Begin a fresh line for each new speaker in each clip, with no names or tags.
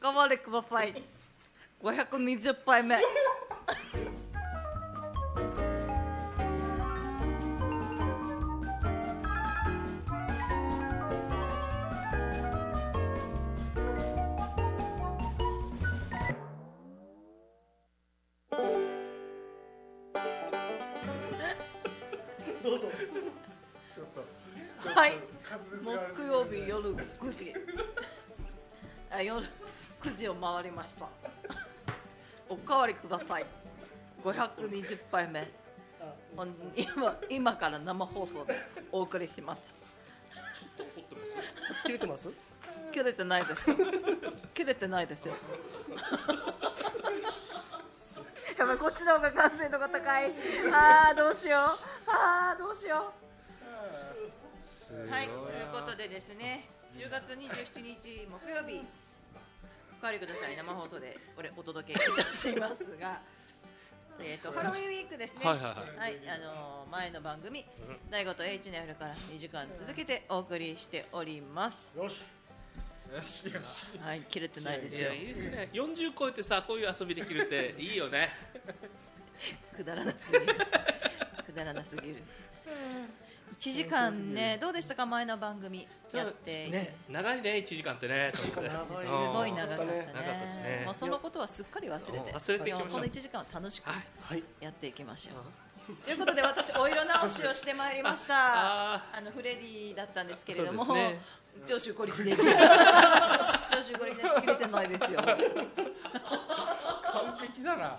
頑張れくまパイ520杯目
どうぞ。ちょっと。ちょっと
はい。
滑舌が悪
木
すぎる
曜日。夜9時あ夜9時を回りましたおかわりください520杯目
あ
ほん今今から生放送でお送りします
切れてます。
切れてないですよ切れてないですよやばいこっちの方が完成度が高いあーどうしようあーどうしよ
すごい。
はい、ということでですね、10月27日木曜日、おかわりください、生放送でおれお届けいたしますが、 えーとハロウィンウィークですね、
はいはい
はいあのー前の番組、大悟と H の夜から2時間続けてお送りしております。
よし。
よしよし。
はい切れてないです
い
よ
やいいですね。40超えてさこういう遊びできるっていいよね。
くだらなすぎるくだらなすぎる1時間ねどうでしたか前の番組 やって
ね長いね一時間ってねと思って。
長い
すごい
うん
長かったね
長かったですね
もうそのことはすっかり忘れて
忘れていきましょう
でもこの1時間を楽しく
はい。
はい。
やっていきましょうということで私お色直しをしてまいりましたあ
あ
のフレディだったんですけれども、
そうですね
長州こり きれて長州こりきれてないですよ
完璧だな。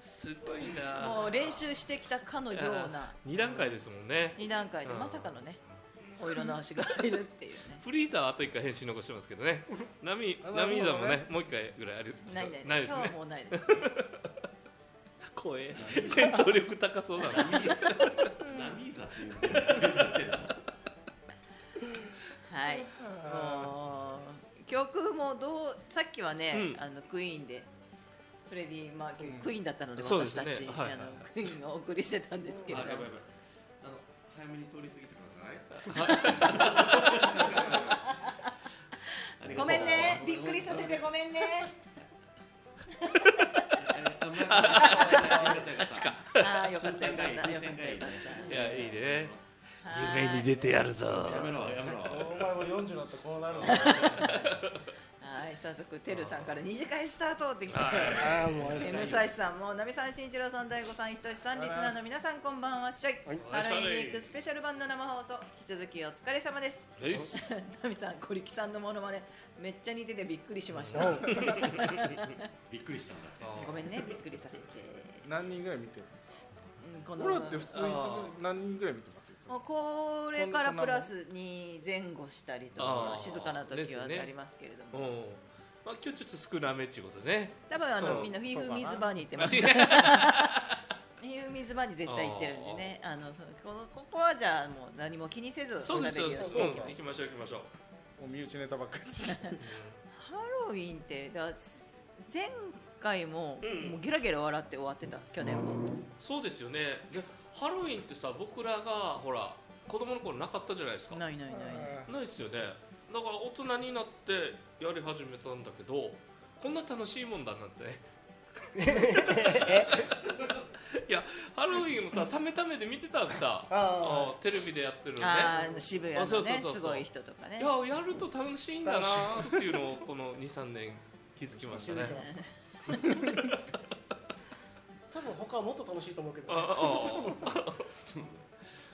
すごいな。
もう練習してきたかのような
二段階ですもんね。
2段階で
うん
まさかのねお色直しがいるっていうね
フリーザはあと一回返信残してますけど ね。波
あ
涙
そ
も
うだね
ねもう一回ぐらいある。
ないない
ないです
今日は
ね。
もうないです
怖え。戦闘力高そ うだな。
波座っていう
はいもう曲もどうさっきはね、
うん
あのクイーンでフレディ・マーキュリー、
うん
クイーンだったので
そうで
私
す
た
ね
ち、
はい
あのクイーンをお送りしてたんですけ
あ
れ
や
ど
ばいやば
も
いあの早めに通り過ぎてくださいありがと
ご
う
めんねびっくりさせてごめ んね
あうまいありがとうよかった
ああよかったよ
風
かった
船がいい
よかった
風船がいいね
いやいいね。
はい
夢に出てやるぞ。
やめろやめ
お
ろ
前も40になったらこうなるの。
はい早速てるさんから二次会スタートってきて
ああもう。
M サイさんもナミさん、新一郎さん、大悟さん、ひとしさん、リスナーの皆さん、こんばんは。っしゃい
はい
ハロウィンウィークスペシャル版の生放送、引き続きお疲れ様です。
よし。
ナミさん、小力さんのモノマネ、めっちゃ似ててびっくりしまし
お
た。
う
びっくりしたんだ
ごめんね、びっくりさせて。
何人ぐらい見てるんですか。
うんこ
俺らって普通いつぐらい
あ
何人ぐらい見てます。いつ
も
も
うこれからプラスに前後したりとか
あー
静かな時は
ですね
ありますけれど
う
も、
ん。まあ今日ちょっと少なめっていうことね。
多分あ
そ
の
う
みんなフィ
そう
ー
か
フ
な
水場に行ってます
あ
ニュー水場に絶対行ってるんでね、あのそこのここはじゃあもう何も気にせずおし
そう
ゃ
です
べりを
そう
し
で
て
す。
い
うん
き
行きましょう行きましょう。
もう身内ネタばっかり。
ハロウィンってだからす前回も,、
うん
もうゲラゲラ笑って終わってた去年も、
そうですよねでハロウィンってさ僕らがほら子供の頃なかったじゃないですか
ないないないない
ないですよねだから大人になってやり始めたんだけどこんな楽しいもんだなんてねいやハロウィンもさ冷めた目で見てたわけさ
あ
あーテレビでやってるのね
あーあの渋谷のね
あそうそうそうそう
すごい人とかね
いややると楽しいんだなーっていうのをこの23年気づきましたね
多分他はもっと楽しいと思うけど
あ
ね。
ああ
そうね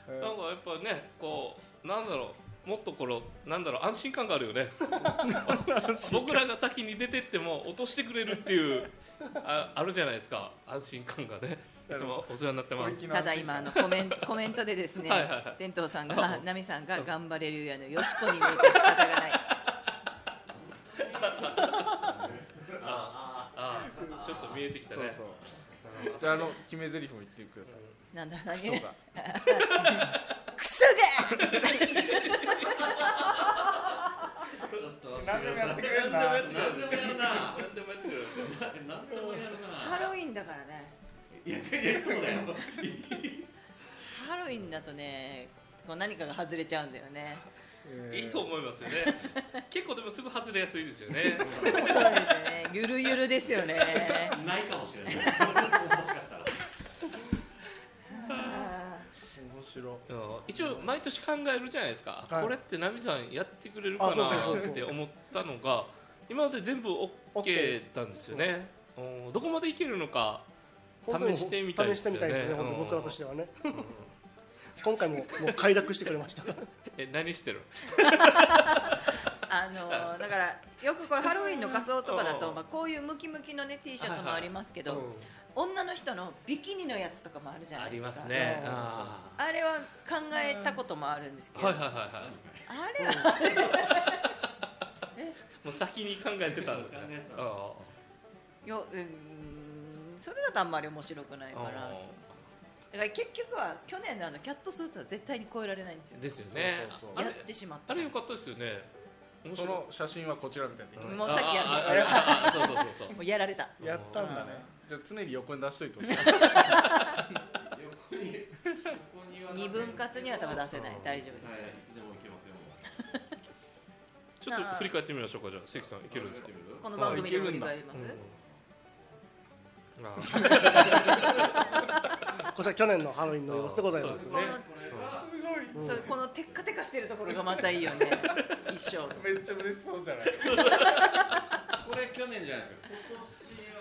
うん
なんかやっぱねこうなんだろうもっとこのなんだろう安心感があるよね僕らが先に出てっても落としてくれるっていうああるじゃないですか安心感がねいつもお世話になってます
小粋な
ただ今あのコメン トコメントでですね
はいはいはい
天童さんが
あ
奈美さんが「頑張れるやのよしこに見えて仕方がない」
ああちょっと見えてきた
そう
ね
そう。じゃああの決め台詞も言ってください。
なんだ
クソ
何
が。
クソが
ちょっと待
何でもやってくれんな。
何でもや
何でもやるな
何でもやってくれる
何でもやる
ハ
な
ロウィンだからね
いやいやそうだよ
ハロウィンだとねこう何かが外れちゃうんだよね
えー
いいと思いますよね結構でもすぐ外れれやすいですよね
そうですねゆるゆるですよ ね
ないかもしれないもしかしたら
白い
うん一応毎年考えるじゃないですか、
はい
これってナミさんやってくれるか
あそうそうそう
な
そう
って思ったのが今まで全部
OK で
OK
す
だったんですよね、うんどこまでいけるのか
本当に
試してみたいで
試し
すよ
て
ね
みたいですね本当
うん
僕らとしてはね今回ももう快諾してくれました
え何してる
あのーだからよくこれハロウィンの仮装とかだ
う
と
ん
まあこういうムキムキのね T シャツもありますけど、女の人のビキニのやつとかもあるじゃな
あ
いで
り
すか
ますね
うん
あ
あれは考えたこともあるんですけ
ー
ど、
はいはいはいはい
あれは
もう先に考えてたんだ
考えてた
あ
よ、うん、それだとあんまり面白くない
ー
かなだから結局は去年のあのキャットスーツは絶対に超えられないんです
う
よ
んですよね
そうそう
あ
そう
や
れ
ってしまった
あれ良かったですよね面
そ
白い
の写真はこちらみたいな、
うんもうさっきやった
あーあー あーあーそうそうそうそう
もうやられた
やったんだねじゃあ常に横に出しといてほしい
横にそこには
二分割には多分出せない大丈夫です
はいいつでも行けますよもう
ちょっと振り返ってみましょうかじゃあ関さんいけるんですか
行け
この番組で振り返ります
あー
こちら去年のハロウィンの様子でございま
そ
す
う
こ
で
の
すね
う
そうこのテッカテカしてるところがまたいいよ ね一生の
めっちゃ嬉しそうじゃない
これ去年じゃないですか今年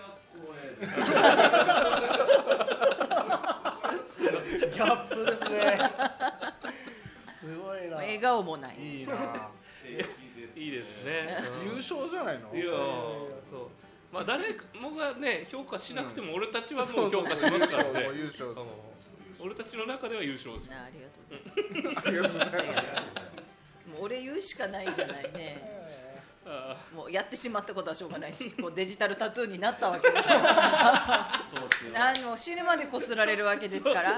はこれ
ギャップです ねすごいな
笑顔もない
いいな
いいですね。
優勝じゃないの
いやーそう。まあ誰もがね評価しなくても俺たちはもう評価しますからね。
優勝
うん俺たちの中では優勝です。
なありがとうございま
ありがとうございます
すもう俺言うしかないじゃないねもうやってしまったことはしょうがないしこうデジタルタトゥーになったわけです
そうですよ
何も死ぬまでこすられるわけですから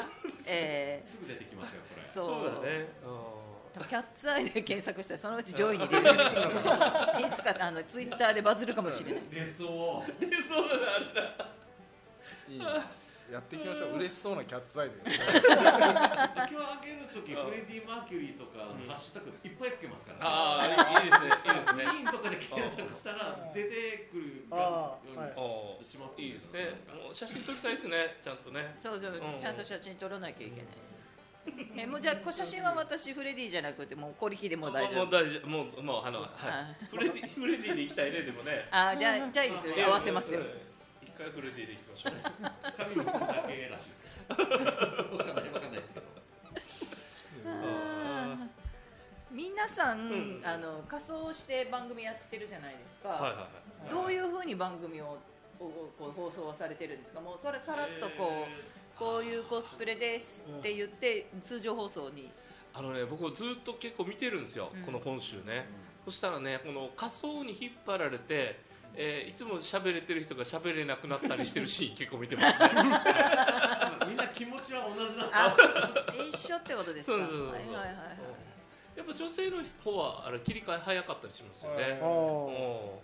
え
すぐ出てきますよこれ
ーそう
ね。
多分キャッツアイで検索したらそのうち上位 に出るよねいつかあのツイッターでバズるかもしれない
出そう
そうだねあれだ。
いいなやっていきましょう嬉しそうなキャッツアイで
今日あげるときフレディ・マーキュリーとかのハッシュタグいっぱいつけますから、
ああいいですねいいですね
ね。インとかで検索したら出てくるよ
あ
う
ーはい
に
あー
ちょっとします
いいですね。もう写真撮りたいですねちゃんとね。
そうそう
うん
ちゃんと写真撮らなきゃいけないえもうじゃあこう写真は私フレディじゃなくてもうコリキでも大丈
もう
夫
大丈夫もうもうあのはい
あ
フレディフレディで行きたいねでもね。
あーじゃあじゃあいいですよ合わせますよ
うん。一回フレディで行きましょう。
髪の毛だけらしいですけどわかんないわかんないですけど
あ
皆さん、
うん
あの仮装して番組やってるじゃないですか、
ーはいはいはい。
どういうふうに番組をこうこう放送はされてるんですかもうそれさらっとこう、こういうコスプレですって言って通常放送に
あのね僕ずっと結構見てるんですよ、
うん
この今週ね、そしたらねこの仮装に引っ張られて、えーいつも喋れてる人が喋れなくなったりしてるシーン 結構見てますね
みんな気持ちは同じなんだ
あ一緒ってことです
そう
か
そうそうそう、
はいはいはいはい
やっぱ女性の方はあれ切り替え早かったりしますよね、
おー
お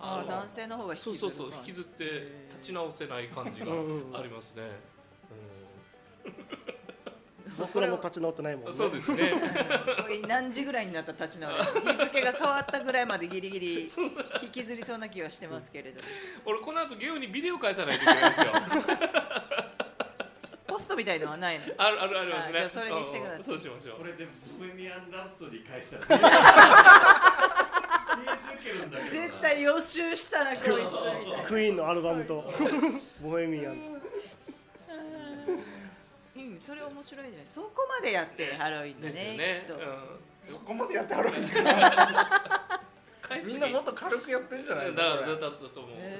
あー男
性
性の方が引きず
そう
る
そうそう引きずって立ち直せない感じがありますね、
僕らも立ち直ってないもん
うん
ね
そうです ね
これ何時ぐらいになったら立ち直る日付が変わったぐらいまでギリギリ引きずりそうな気はしてますけれど
俺この後ゲオにビデオ返さないといけないんですよ
ポストみたいのはないの
あるあるありますね
あじゃあそれにしてください
うんそうしましょう
これでボヘミアン・ラプソディ 返したら定住けるんだけどな
絶対予習したなこいつみたいな
クイーンのアルバム とボヘミアンと
うん、それ面白いんじゃないそこまでやってハロウィンだ
ですよ
ね
ね
きっと、
そこまでやってはる
うん、
みんなも
っ
っと軽くやってんじゃないの
だだ
こ
だ
れ
だと思う、
へ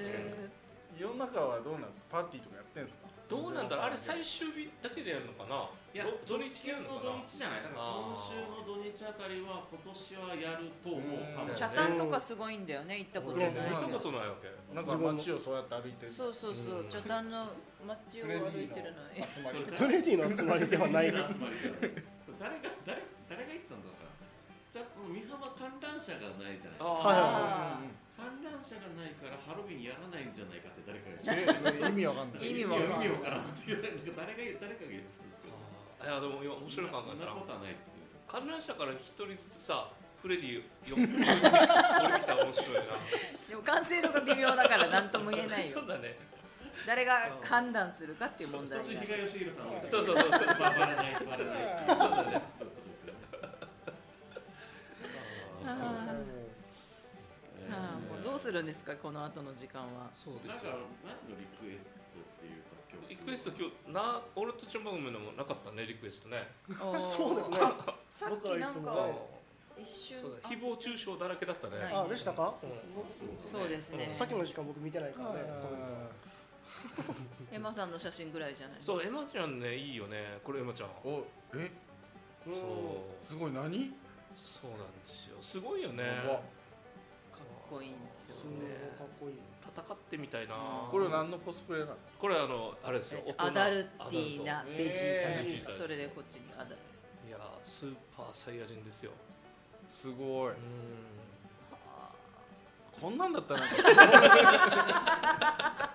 世の中はどうなんですかパーティーとかやってんですか
どうなんだろうあれ最終日だけでやるのかない
いや
土日やるのかな
土日じゃないだから今週の土日あたりは今年はやると思う多
ー
分
チャタンとかすごいんだよね行ったことない
ね
見たことないわけ
なんか街をそうやって歩いてる
そうそうそう、
うん
チャタンの街を歩いてるのえ
集まり
フレディの集まりではない
誰が誰誰が言ってたんだろうなじゃあこの三浜観覧車がないじゃない
あー
はいはい
あ
観覧車がないからハロウィンやらないんじゃないかって誰かが言って
意味わかんない
意味わ
わ
かん
か
ない
らんこと言うなんか誰が誰かが言ってたんですけど
あーいやでも今面白い考えた
そんな
ら
ことはないですけど
観覧車から一人ずつさフレディよ降りてきたら面白いな
完成度が微妙だから何とも言えないよ
そうだね
誰が判断するかっていう問題
途中
にな
比
る
嘉義弘さんを
そうそうそうそう
バラないバラない
あ
そうだね
あ
ー
ーあーもうどうするんですかこの後の時間は
そうで
なん
す
か
よ
何のリクエストっていうか曲
リクエスト今日な俺とチョバウメのもなかったねリクエストね
おー
そうですね
さっきなん
僕らいつも
あ
は
か
い
一瞬
そうだ
あ
誹謗中傷だらけだったね
はい
あでしたか
そうですね
さっきの時間僕見てないからね
エマさんの写真ぐらいじゃない
そうエマちゃんねいいよねこれエマちゃん
おえ
そう
うん
すごい何
そうなんですよすごいよね
やば
か
かっこいいんですよ
すんごいかっこいい
戦ってみたいな
うん
これ何のコスプレなの
これあのあれですよ
えっと
大人
アダルティー
ア
な
ダル
ベジータ
ベジ
で
ータです
すそれでこっちにアダル
トいやースーパーサイヤ人ですよ
すごいう
ーん
こんなんだったらなんか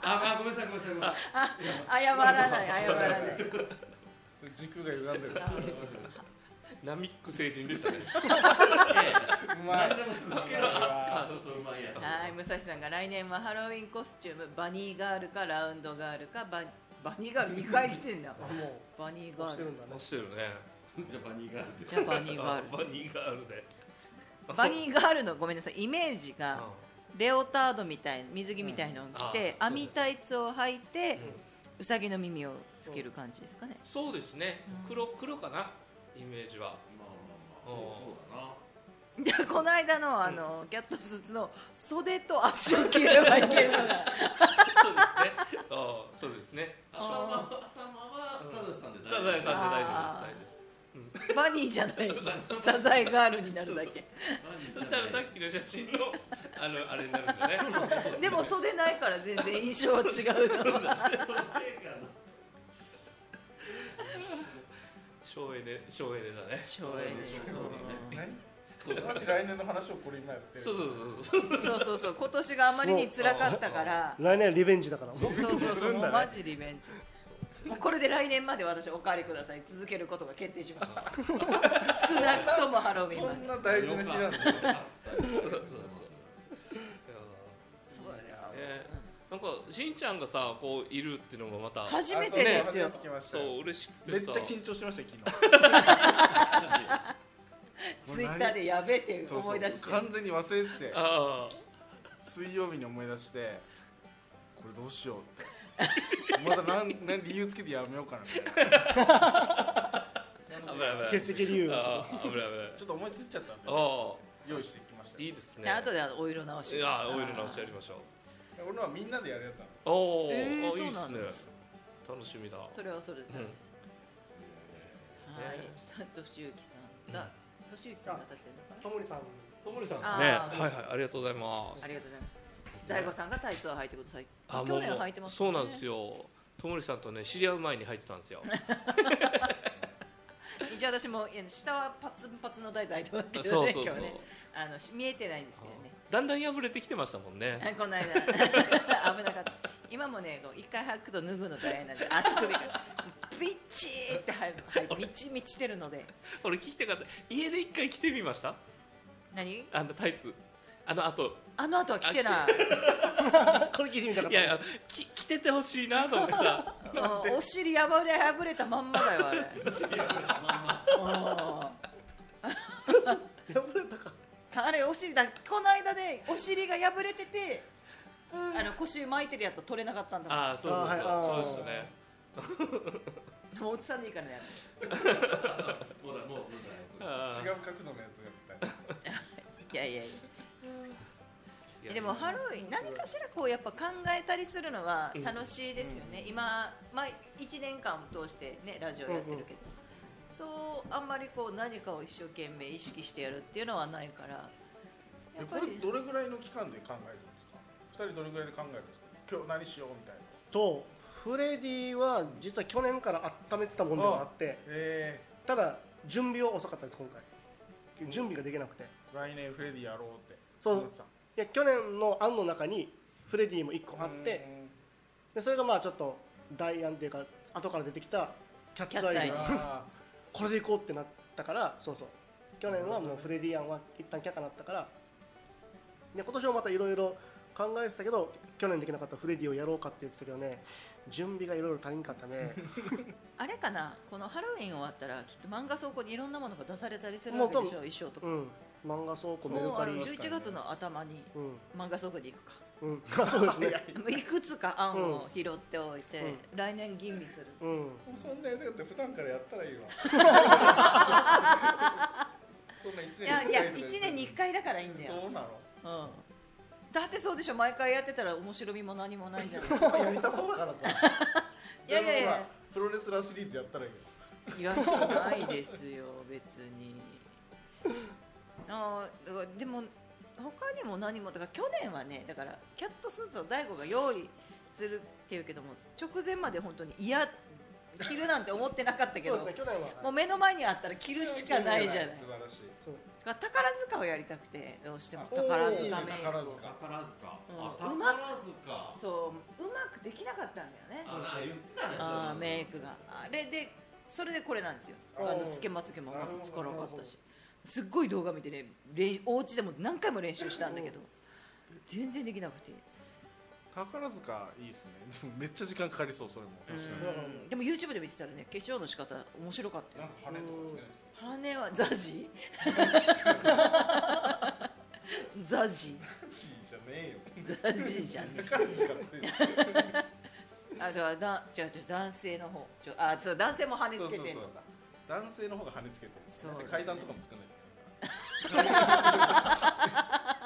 ああごめんなさいごめんなさいごめんなさい
謝らない謝らない
軸が歪んでる
ナミック星人でしたね
うまい
何でもすぐつけろあちょっとうまいやつ
はい武蔵さんが来年はハロウィンコスチュームバニーガールかラウンドガールかババニーガール2回来てんだ
あも
バニー
う
ガ
押
ー
して
ル
るんだね
面白いよね
ジャパニーガールって
じゃあバニーガール
あバニーガールで
バニーガールのごめんなさいイメージ
う
が
ん
レオタードみたいな水着みたいのを着て、
うんあーそうだ
網タイツを履いて、
うん
うさぎの耳をつける感じですかね、
そうですね黒黒かなイメー ジは
まあまあまあそうそうだな
でこの間のあの、キャットスーツの袖と足を切ればいけるのが
そうですねあーそうですね
頭は頭はサザエさんで
サザエさんで大丈
あー
夫です
バニーじゃないサザエガールになるだけ
大丈夫ですそしたらさっきの写真のあのあれになるんだね
でも袖ないから全然印象は違うじゃん
省エネ省エネだね
省エネ
何マジ来年の話をこれ今やってる
そうそうそうそ
そうそ
う
うそう今年があまりに辛かったから
来年リベンジだから
そうそう
す
そう、
るん
も
だ
う
ね
マジリベンジもうこれで来年まで私おかわりください続けることが決定し ました少なくともハロウィン
そ
まで
んな大事な日なんだ
よかったそう
ねなんかしんちゃんがさこういるっていうのがまた
初めてです
あ
よ、
そう初めて来ました
そ
よ
う嬉しく
め
て
っち
さ
ゃ緊張してましたよ昨日
ツイッターでやべえって
そうそう
思い出して
完全に忘れてて
ああ
水曜日に思い出してこれどうしようってまた何何理由つけてやめようかなみたいな
危ない危ない
欠席理由がち
あ
ょっ
あ危ない危ない
ちょっと思いついちゃったんで
あ
用意してきました
あ
よ
いいですね
じゃあ後であのお色直し
いやオイル直しやりましょう
俺のはみんなでやるやつなの
おお、
えー
あいい
そうな
っす
ん
ね
だ
楽しみだ
それはそれで、
うん
はい
ね
としゆきさんだとしゆきさんが当たってるのかな
ともりさん
ともりさん
ですね
ね
あ
は
ー
いはいありがとうございます
ありがとうございます大悟さんがタイツを履いてください
あ
去
もう
年は履いてます
そうなんですよともりさんとね知り合う前に入ってたんですよ
じゃあ私もいや下はパツンパツンのタイツ履いてますけ
そう
ど
そ
ね
うそう
今日ねあのし見えてないんですけどね
だんだん破れてきてましたもんね
はいこの間 危なかった今もねこう一回履くと脱ぐの大変 なんで足首がビッチーってはいはい みちみちてるので
俺聞きたかった家で一回着てみました
何
あのタイツあのあと
あの後は来てない
これ聞いてみたかっ
いやい
た
やき着ててほしいなと思ってさ
うんお尻やばれ破れたまんまだよ あれ
破れたか
うん あれお尻だこの間でお尻が破れててあの腰巻いてるやつは取れなかったんだもん
ああそうそうそう、
あーはいあー
そうですよね
もうおじさんでいいからね
もうだもうもうだ
あ
違う角度のやつがみたいない
やいやいや
ーいや
でもハロウィン何かしらこうやっぱ考えたりするのは楽しいですよね、今、まあ、1年間を通して、ね、ラジオやってるけど、そうあんまりこう何かを一生懸命意識してやるっていうのはないからや
え
っ
こ
ぱ
れ
り
どれぐらいの期間で考えるんですか二人どれぐらいで考えるんですか今日何しようみたいな
とフレディは実は去年から温めてたものがあって
え
ただ準備は遅かったです今回準備ができなくて
ー、来年フレディやろうって
そう
思ってた
いや去年の案の中にフレディも1個あっ
う
て
ん
でそれがまあちょっと代案というか後から出てきたキャッツアイ
キャッツアイ
が
あ
これでいこうってなったからそうそう去年はもうフレディアンは一旦却下になったからで今年もまたいろいろ考えてたけど去年できなかったフレディをやろうかって言ってたけどね準備がいろいろ足りんかったね
あれかなこのハロウィン終わったらきっと漫画倉庫にいろんなものが出されたりするわけでしょ
も
衣装とか、
うん漫画倉庫メル
もう
カ
あ
リ
の11月の頭に
うん
漫画倉庫に行くか
うんあそうですね
もういくつか案を拾っておいて、来年吟味する
うん
そんなやりたかって普段からやったらいいわそんな1
いやいや1年に1回だからいいんだよ、
そうなの
うん、だってそうでしょ毎回やってたら面白みも何もないじゃない
やりたそうだからさ
いやいやいや
でもほらプロレスラーシリーズやったらいいよ
いやしないですよ別にあーだからでも他にも何もだから去年はねだからキャットスーツを大悟が用意するっていうけども直前まで本当に嫌着るなんて思ってなかったけ
そう
ど
ですね去年は
もう目の前にあったら着るしかないじゃない
素晴らしい
そう
だから宝塚をやりたくてどうしても
あ
宝塚
いい
メイ
ね
ン
宝
宝
塚
塚、
うん
あ
う
宝
ま
塚
そううまくできなかったんだよね
ああ言ってたね
あ
そ
ー
れ
メイクがあれでそれでこれなんですよあ
お
の
ー
つけまつけもうまくつかなかったしすっごい動画見てねれお家でも何回も練習したんだけど全然できなくて
宝塚いいっすねでもめっちゃ時間かかりそうそれも確かに
うんでも YouTube で見てたらね化粧の仕方面白かった
な
よ
んか羽とかつけないと
羽はザ ジザジ
チーじゃね
ザジじゃん
えよ宝塚って言って
あだだ違う違う男性の方ちょあそう男性も羽つけてんの
そうそう男性の方が跳ねつけてる
そう
だって階段とかもつか ない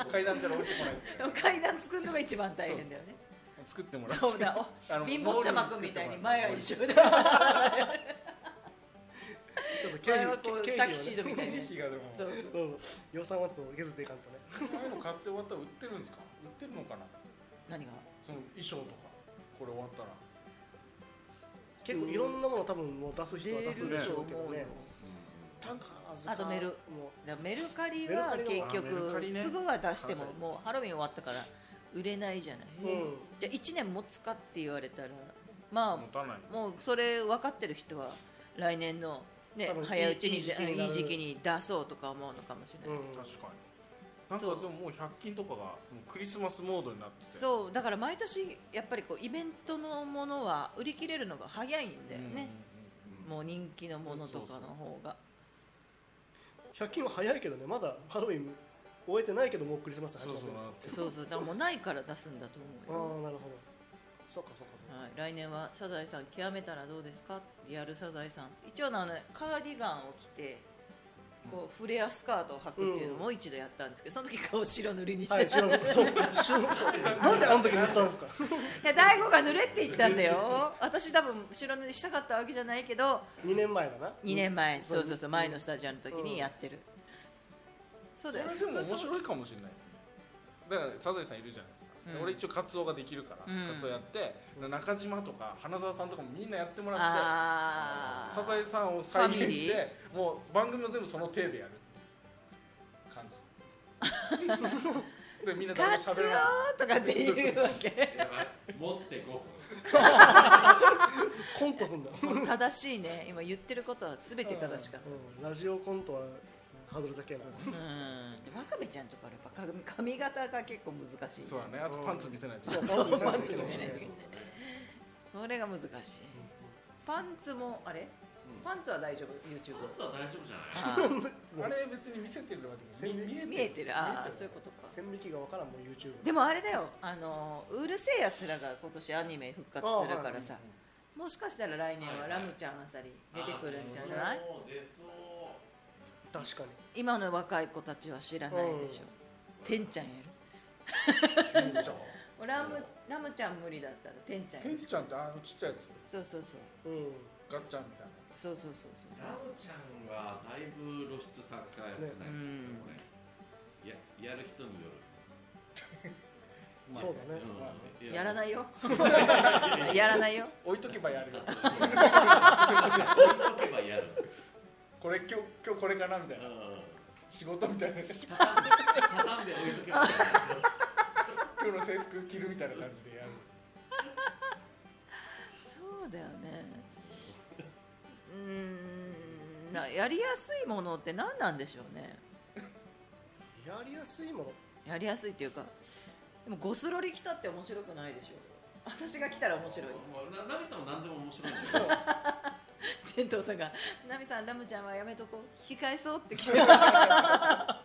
と階段から降りてこないといけ
で
ない
も階段作るのが一番大変だよね
作ってもら
そうだお
あの
貧乏茶幕みたいに前は一緒で
ちょっと経
前はこ
費
う
経費
タキシードみたいな
経費がでも
そうそう
どうぞ予算はちょっと削っていかんとね
ああいうの買って終わったら売ってるんですか売ってるのかな
何が
その衣装とかこれ終わったら
結構いろんなもの多分もう出す人は出すでしょうけど
思うよ
ね宝塚
あとメル
も
だからメルカリ
メル
は
カリ
結
は、
メルカ
局
リね
すぐは出しても
メルカリ
もうハロウィン終わったから売れないじゃないう
うん
じゃあ1年持つかって言われたらま
持たない
あもうそれ分かってる人は来年の、ね
多分、
早打ちに
いい時期になる
いい時期に出そうとか思うのかもしれない、
うん
確かになんか
そう
でももう100均とかがもうクリスマスモードになってて
そうだから毎年やっぱりこうイベントのものは売り切れるのが早いんだよね、もう人気のものとかの方が、
100均は早いけどねまだハロウィン終えてないけどもうクリスマス始まってるんです
そうそうだからもうないから出すんだと思うよ
ああなるほどそっかそっかそっか
はい、来年はサザエさん極めたらどうですかリアルサザエさん一応あのカーディガンを着てこうフレアスカートを履くっていうのも一度やったんですけど、その時顔白塗りにして、、
は いい、違う、そう、白そうなんであの時に言ったんですか。
や大悟が塗れって言ったんだよ 私多分白塗りしたかったわけじゃないけど
二年前だな。
2年前、そうそうそう前の
ん
スタジオの時にやってる、そう
そ
だ
れ
よ
でも面
服装
白いかもしれないですねだからサザエさんいるじゃないですか、
うん
俺一応活動ができるから、
うん
活動やって中島とか花澤さんとかもみんなやってもらって
あ
サザ
エ
エさんを再現
ファミ
し
リ
てもう番組を全部その体でやるっていう 感じでみんな
カ
誰も
ツオ
喋らない
とかっていうわけ
やばい持って5分
コントすんだ。
正しいね今言ってることは全て正しかっ
うんラジオコントはハードルだけやな。
た、うん、でわかめちゃんとかやっぱ髪髪型が結構難しい、
そうだねあとパンツ見せないと
そう
そう
パ
パ
ン
ン
ツ
ツ
見
見
せ
せ
な
ないい
と
といけないそれが難しいパンツもあれ、パンツは大丈夫 YouTube
パンツは大丈夫じゃない
あー
あれ別に見せてるわけじゃない見
見えてるああ
見えて
そういうことか
線引きがわからんもん、YouTube。
でもあれだよあのーうるせえやつらが今年アニメ復活するからさ、もしかしたら来年はラムちゃんあたり出てくるんじゃない、
そう出そう
確かに。
今の若い子たちは知らないでしょ、てんちゃんやる
てる
ラムラムちゃん無理だったらてんちゃんや
天
る
使ちゃんってあのちっちゃいやつ
そうそうそう
うん。
ガッチャンみたいなやつ
そうそうそうそう
ラムちゃんはだいぶ露出高くないですか、
うん
これややる人による、
そうだね。
うん
やらないい よやらないよ
置いとけばやる
や
よ
そう置いとけばやる、
これ今日今日これかなみた
う
い
ん
な仕事みたいな
畳んで置いとけ ばやる
今日の制服着るみたいな感じでやる
そうだよねうーんなやりやすいものって何なんでしょうね
やりやすいもの。
やりやすいっていうか
でもゴスロリ来たって面白くないでしょ私が来たら面白い
もうなナミさんは何でも面白いんだよ
天童さんが
「ナミさんラムちゃんはやめとこう引き返そう」って来て あ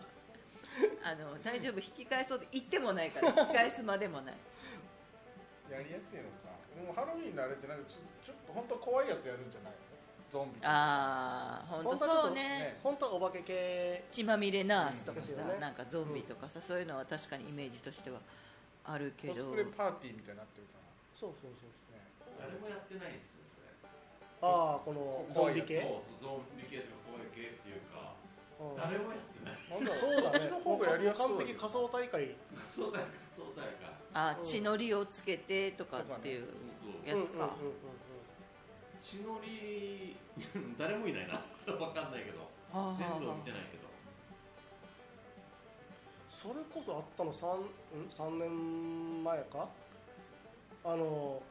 の大丈夫引き返そうって言ってもないから引き返すまでもない
やりやすいのかでもハロウィンのあれってなんかちょちょっと本当怖いやつやるんじゃないのゾンビ
ああ本当
はちょっ
そう
と
ね
本当はお化け系
血まみれナースとか
うんです
さ、
よね
なんかゾンビとかさ、そういうのは確かにイメージとしてはあるけ
コス
ど
プレパーティーみたいになってるから
そうそうそう
ね
誰もやってないですよそれ
ああこのゾンビ系
そうそうゾンビ系とか怖い系っていうか
うん
誰もやってない
なんだろ
そうだね
こっちの方がやりやすそうよ
完璧仮想大会
そうだよそうだよか
あ
うん
血のりをつけてとかっていう
そうそう
やつか、
うんうんうんうん
血のり 誰もいない なわかんないけど
はあは
全部
あ
は
は
見てないけど
それこそあったの 3, ん三年前かあの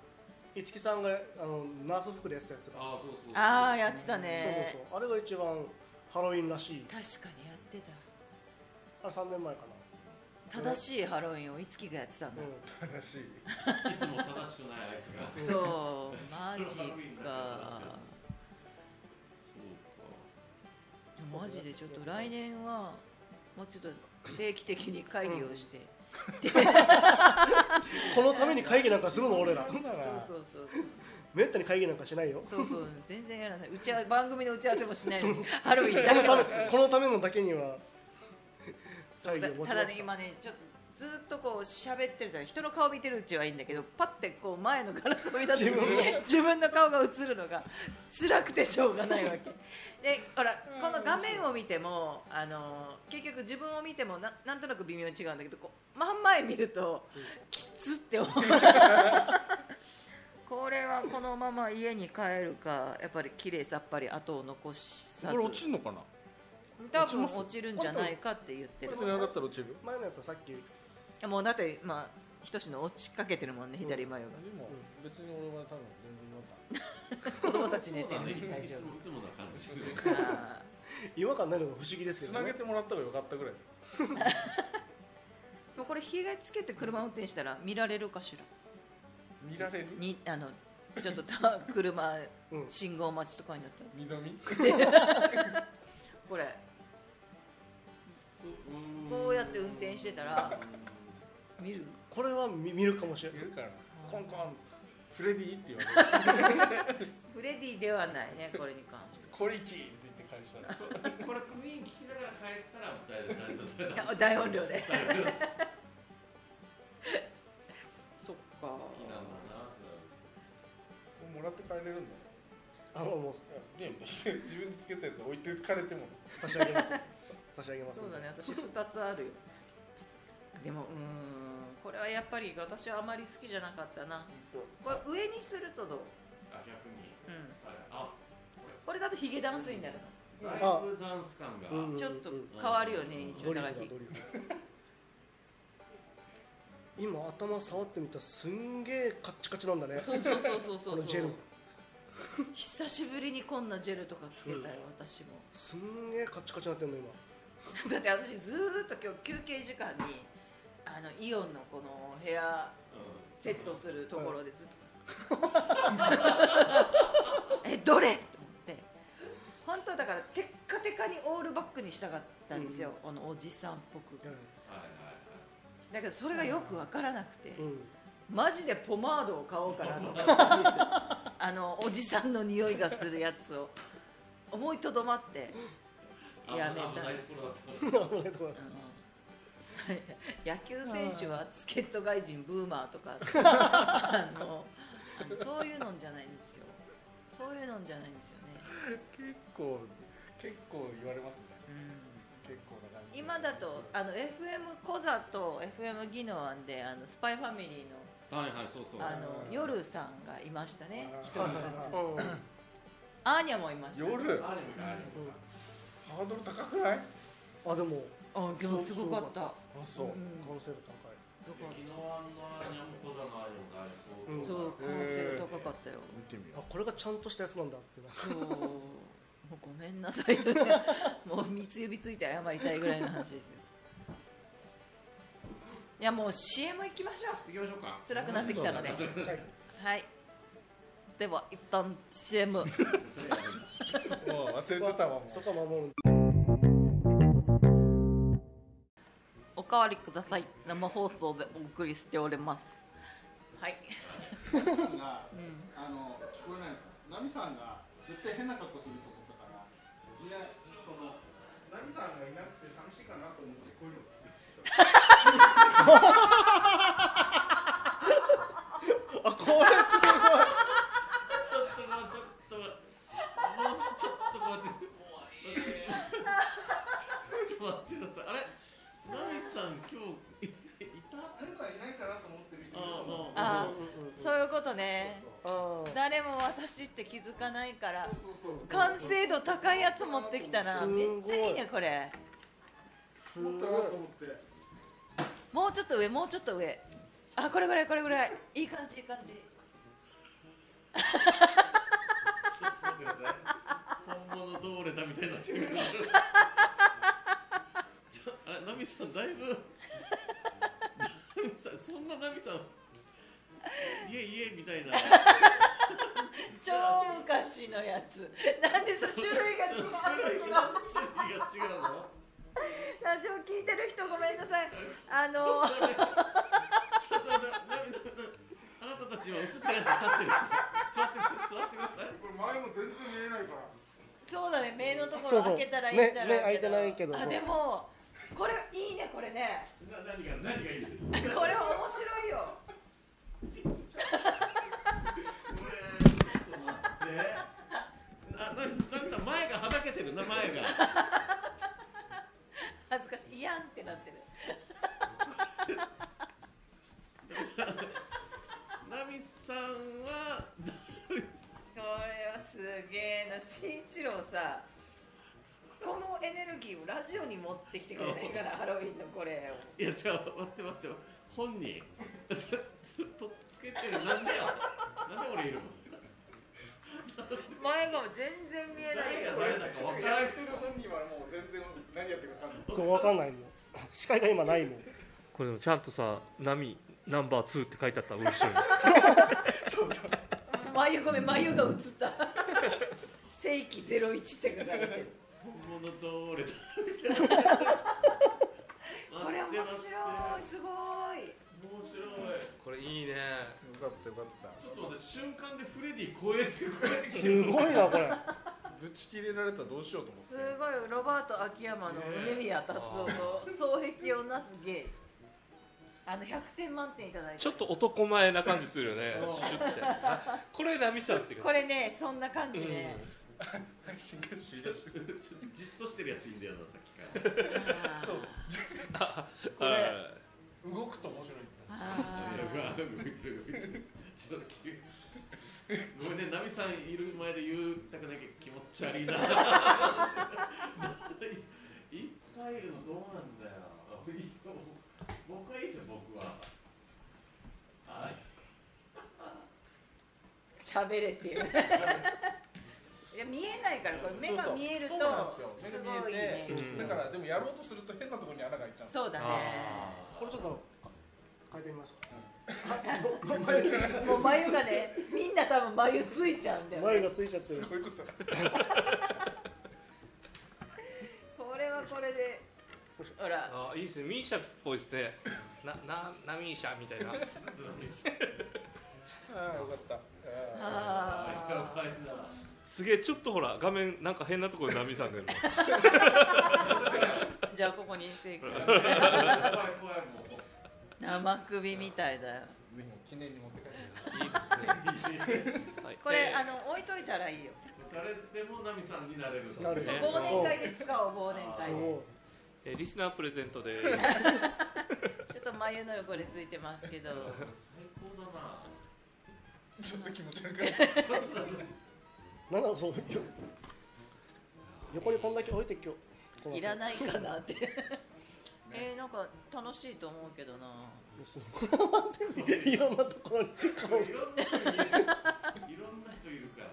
一木さんがあのナース服でやってたやつが
ああそうそうそう
ああーやってた
そう
ね
そうそうあれが一番ハロウィンらしい
確かにやってた
あれ3年前か
正しいハロウィンをいつきがやってたんだ
な、、
正しい
いつも正しくないあいつが
うん
そう
うん
マジ
それはハロウィンだ
か
からそう
マジでちょっと来年はもうちょっと定期的に会議をして、
このために会議なんかするの俺ら
そうだな
そうそうそうそう
めったに会議なんかしないよ
そうそう全然やらない打ち合わ番組の打ち合わせもしないのにハロウィンだけなんですよ
このためのだけには会議
た
を持ち
た
ま
だ
す
ね
か
今ねちょっとずっとこう喋ってるじゃない人の顔見てるうちはいいんだけどパッてこう前のガラスを見た時に
自分 の
自分の顔が映るのが 辛くてしょうがないわけでほらこの画面を見てもあの結局自分を見てもななんとなく微妙に違うんだけどこう真ん前見るときつって 思うこれはこのまま家に帰るかやっぱり綺麗さっぱり後を残さず
これ落ちるのかな
多
落ち
分
ます
落ちるんじゃないかって言ってる
別にあれだったら落ちる
前のやつはさっき
もうだってまあ仁の落ちかけてるもんね左眉が、
でも別に俺は多分全
子
然違和感
供たち寝て
だ
る
ねい
し大丈
つもいつもな感じ
夫あ
違和感ないのが不思議ですけ
つ
ど
な
ね
げてもらった方がよかったぐらい
ーもうこれ被害つけて車運転したら見られるかしら
見られる
にあのちょっとた車
うん
信号待ちとかになったら
二度見
これ
そうーん
こうやって運転してたら見る
これは見見るかもしれない
いるからな
ー
コンコンフレディって言われる
フレディではないねこれに関して
コリキーって言って返したら
これクイーン聞きながら帰ったら大丈夫大丈夫
いや 大音量でそっか
好きなんだな
もうもらって帰れるんだ
あのもう
ゲームで 自分でつけたやつ置いてかれても
差し上げます差し上げます
そうだね私2つあるよでもうーんこれはやっぱり私はあまり好きじゃなかったなこれ上にするとどう、
あ逆に
うん、
あれあ
これだとヒゲダンスになる
だいぶダンス感が
うんうんうん
のちょっと変わるよね印象
ドリ
だ
フ
か
だ
ら
ドリ
ヒ
フ今頭触ってみたらすんげえカッチカチなんだね
そうそうそうそうそ
こ
う
のジェル
久しぶりにこんなジェルとかつけたよ私も
すんげえカッチカチになってんの今
だって私ずーっと今日休憩時間にあのイオンのこの部屋
う
セットすると ころでずっとえどれと思って本当だからテッカテカにオールバックにしたかったんですよ、あのおじさんっぽく
んはいはいはい
だけどそれがよく分からなくて、
うん
マジでポマードを買おうかなと思ったんですよあのおじさんの匂いがするやつを思いとどまってやめた
危ないところだった
危ないとこだ
あの野球選手は助っ人外人ブーマーとかあのあのそういうのんじゃないんですよそういうのんじゃないんですよね、
結構結構言われますね
うん
結構な感じ
今だとあの FM コザと FM 技能案であのスパイファミリーの
はいはいそうそう
あの夜さんがいましたね
あー
一
はい
人
はい
ずつ
はいうん
アーニャもいました
夜
アニメがある
ハードル高くない
あでも
あでもすごかった
あそううん
完成度
よ
昨
かっ
日あのアーニャも小座のアーニャもあれ
う
た
ん
そう可能性が高かったよ、
見てみ
高いあこれがちゃんとしたやつなんだってな
そうもうごめんなさいとねもう三つ指ついて謝りたいぐらいの話ですよいやもう CM 行きましょう
行きましょうか
辛くなってきたのではいでは一旦 CM
もう忘れてたわもう
そこは守るんだ
おかわりください生放送でお送りしておりますはい
が、あの聞こえないのかナミさんが絶対変な格好すると思ったからいやそのナミさんがいなくて寂しいかなと思ってこういうのを作ってきた
ちょっともうちょっともうちょっと
あこれす
待ってちょっと待ってくださいあれナミさん今日いた
ナミさんいないかなと思ってる人いると思う
ああ
あ
ごいうんうんうん
そういうことね
あー
誰も私って気づかないから
そうそう
完成度高いやつ持ってきたな
すご
めっ
い
ちゃいいねこれ
す
思ったなと思って
もうちょっと上もうちょっと上あこれぐらいこれぐらいいい感じいい感じ
本物どれだみたいになってるからちょあれナミさんだいぶナミさんそんなナミさんいえいえみたいな
超昔のやつなんでさ種類が違う
種類が種類が違うの
ラジオ聞いてる人ごめんなさいあの
ちょっと待ってナミナミナミあなたたちは映ってない立ってる座って座ってください
これ前も全然見えないから
そうだね目のとこ
そ
ろ
うそう
開けたらいいんだろうけど
目目開い
あで
てないけど
もこれいいねこれね
な何が何がいいの
これは面白いよ
これちょっと待ってあナミナミさん前がはだけてるな前が
恥ずかしいいやんってなってる
ナミさんは
これはすげえな慎一郎さこのエネルギーをラジオに持ってきてくれないからハロウィンのこれを
いやじゃあ待って待って本人とっつけてるなんだよなんで俺いるの
前が全然見えない
誰が
よ
誰だかわからん
やってる本人はもう全然何やってるか分かんない
そうわかんないもん視界が今ないもん
これでもちゃんとさ「波ナンバー2」って書いてあったら嬉しいよね
眉ごめん眉が映った 世紀ゼロ一って書かれてる
本物どれだ
これ面白い
待
すごい
って面白い
これいいね
かったよかった
ちょっと待って瞬間でフレディ超えて超えてきて
すごいなこれ
ぶち切れられたらどうしようと思っ
す
て
ごいロバート秋山の梅宮達夫の双璧をなす芸あの100点満点いただい
ちょ
て
っと男前な感じするよねシュッてあこれナミさんって
こ
れ
れねそんな感じね、
配信がし
ちょっとじっとしてるやついいんだよなさっきから
あー
これ
動くと面白いんですよ
あ
いやうわ動いてる動いてるちょっと急にごめんねナミさんいる前で言うたくなきゃ気持ち悪いないっぱいいるのどうなんだよいいよ僕はいいですよ僕ははい
ー喋れっていう いや見えないからこれ目が見えると
そうなんです
す
よ目が
ごい
見え
ね
て
うん
だからでもやろうとすると変なところに穴が開いちゃう
そうだね
これちょっと変えてみましょ
もう眉がねみんな多分眉ついちゃうんだ
う
よ
眉
ね
がついちゃってる
そういうこと
これはこれでほら
あいいですねミーシャっぽいですねななナミーシャみたいな
ああよかったあ
や
あ
ばいな
すげえちょっとほら画面なんか変なところにナミさんがいる
ーじゃあここに正規さん
怖い怖いもう
生首みたいだよ
でも記念に持って帰って
のいいですね、はい
これ
えー
あの置いといたらいいよ
誰でもナミさんになれる
なる
ね
忘年会で使おう忘年
す
会
ごい
で
えーリスナープレゼントです
ちょっと眉の横でついてますけど
最高だな
ちょっと気持ち悪くなっ
なんだろうそうよ横にこんだけ置いて今日
いらないかなってえー、なんか楽しいと思うけどな
すごいいろんなところに
いろんな人いるいろんな人いるから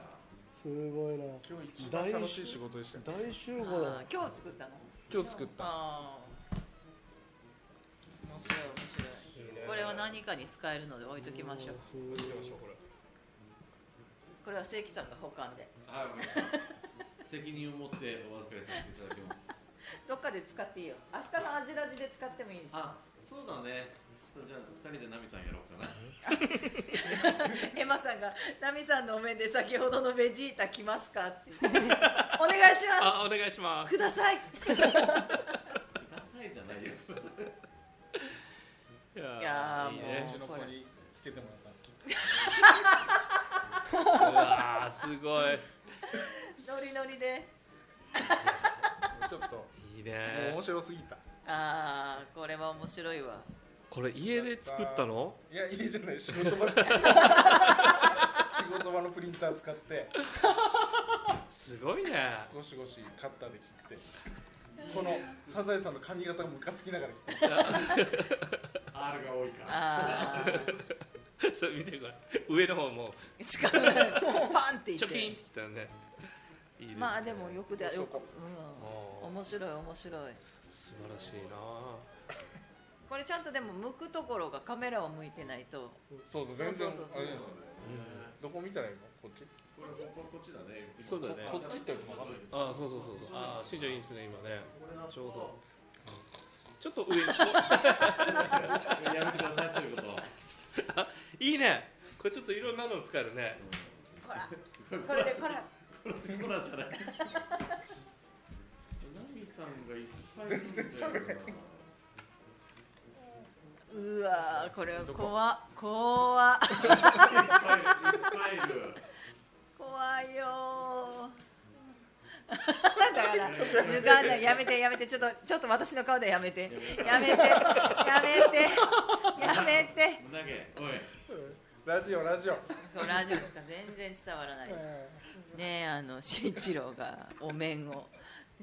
すごいな
今日一番楽しい仕事でしたよ
大集合だ
あ
な
ー今日作ったの
今日作った
あー面白い面白い何かに使えるので置いときましょう
どうしましょうこれ
これは正規さんが保管で
はい、わ かりました責任を持ってお預かりさせていただきます。
どっかで使っていいよ明日の味ラジで使ってもいいんですよ
あ、そうだね。ちょっとじゃあ二人でナミさんやろうかな。
エマさんが「ナミさんのお面で先ほどのベジータ来ますか?」 って言ってお願いしま
あお願いしますす
ください
ダサいじゃないよ。
い
い
やー
やー
いい
ね
ね
うちの子につけてもらったんです
うわーすご
ノリノリで
けどちょっとも
いいいうね
面白すぎた
ああこれは面白いわ
これ家で作ったの
いやいいじゃない仕事場の仕事場のプリンター使って
すごいね
ゴシゴシカッターで切ってこのサザエさんの髪型がムカつきながら切って
R が多いから。
あ
それ見てこれ上の方も
あしかもスパンっていっ
チョキンっててきたねいいですね
まあでもよくでよく、
あ
うん、
ー
面白い面白い
素晴らしいな
これちゃんとでも向くところがカメラを向いてないと
そうそう全
そ
然
うそうそうそう
あれですよどこ見たらいいのこっち
これこここっちだね。今
そうだね
こっちってよりもわかんない
あーそうそうそうそうああしんちゃんいいですね今ねちょうどちょっと上に
やめてくださいということ。
いいねこれちょっといろんなの使えるね
ほらこれでほら
ほらじゃない。ナミさんがいっぱいいるんだよな。
うわーこれは怖っ怖っ
いっぱいいっぱいいる。
怖いよーだから脱がないやめてやめてちょっとちょっと私の顔でやめてやめてやめてやめて
胸毛、おい。
ラジオラジオ
そうラジオですか全然伝わらないですねえあの慎一郎がお面を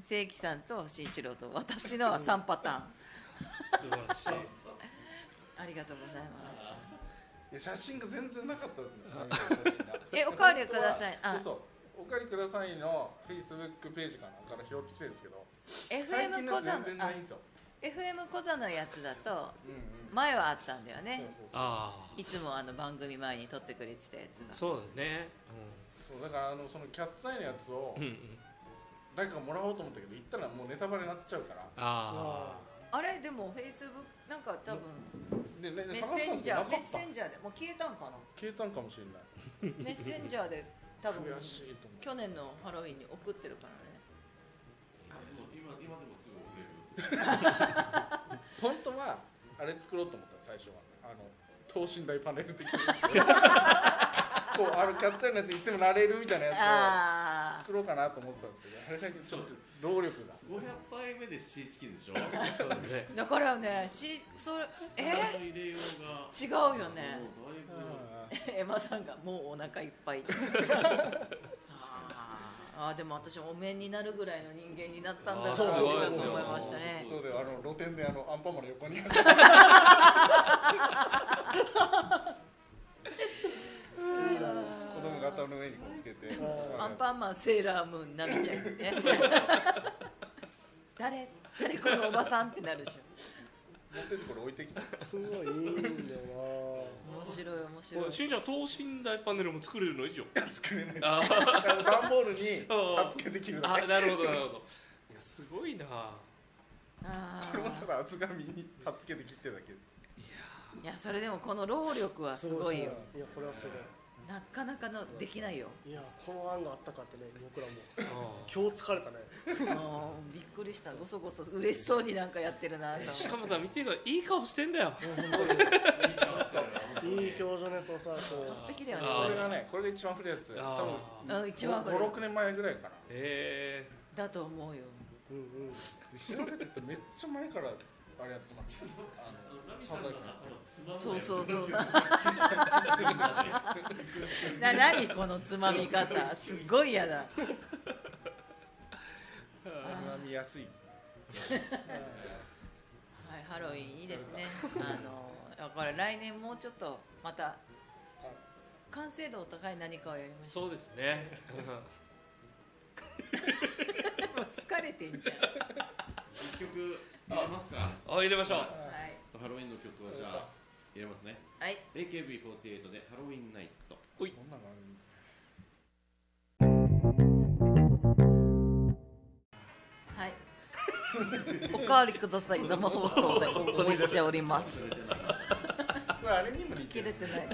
正規さんと慎一郎と私のは3パターン
素晴らしい
ありがとうございます
いや写真が全然なかったですね
えおかわりください
あ
あ
そうそうおかわりくださいのフェイスブックページかなから拾ってきてるんですけど最
FM
近
小
の
座
全
の
然
あ
ないんですよ
FM 小座のやつだと
うんうん
前はあったんだよ
そう
ね
そうそう
ああ
いつもあの番組前に撮ってくれてたやつだ
そうだね
そうだからあのそのキャッツアイのやつを
うん、うんうん、
誰かもらおうと思ったけど行ったらもうネタバレになっちゃうから
あ
あれでもフェイスブックなんか多分
で、ね、
メッ
探し
セ
たん
ンジャーメ
ですけどなかっ
ッ
た
センジャーでもう消えたんか な
消えたんかもしれない
メッセンジャーで多分
悔しいと思って
去年のハロウィンに送ってるからね
もう今今でもすぐ遅れる。
本当はあれ作ろうと思った最初はあの等身大パネル的な こうあのキャッツアイのやついつもなれるみたいなやつを
ああ
作ろうかなと思ってたんですけどあれだけちょっと労力が
500杯目でシーチキンでしょ。
あそうだね
だからよねしそれえ
入れようが。
違うよね
もうだいぶ。
エマさんがもうお腹いっぱ いああでも私お面になるぐらいの人間になったんだなってち
あー
ょっ
す
と
ご
思
い
いましたね
そうだよあの露店であのアンパンマンの横に子供が頭の上にこうつけて
アンパンマンセーラームーンなみちゃん ね誰誰このおばさんってなるでしょ
持ってってこれ置いてきた
すごいいいんだよ
面白い面白
お
い
いしんちゃん等身大パネルも作れるの以上
作れない
あー
段ボールに
うん
貼っつけて切るだ
あ
け
なるほどなるほどいやすご いな
あ
これもた
ー
だ厚紙に貼っつけて切ってるだけです
いやそれでもこの労力
な
はすごいよ
そうそういやこれはす
なかなかのできないよ
ごいいやこの案があったかってね僕らも
あ
今日疲れたね
もうびっくりしたごそごそ嬉しそうになんかやってるなと思
ー
っ
してかもさ見てるからいい顔してんだよ
いい顔してるよ
いい表情のやつをさこ
完璧だよ
あー
これ
ね
がねこれが一番古いやつ
あ
多
ー
うん一番
分56年前ぐらいかな
え
だと思うよ
ううんうん
で調べてってめっちゃ前からあれやってますあ
あ
の
のナミさんの頭つまむの
そ
よ
うそうそう
みんなで
な何このつまみ方すっごい嫌だ
つまみやす いですね
はい、ハロウィンいいですね。あの、これ来年もうちょっと、また。完成度高い何かをやりま
ー、
しょ
そうですね
う。もう疲れてんじゃん。
一曲入れますか
あ入れましょう
はい。
ハロウィンの曲はじゃあ入れますね
はい
AKB48 でハロウィンナイト
そんなのあるんだ
はいおかわりください生放送でお送りしております
これあれにも似て
切
る
れてない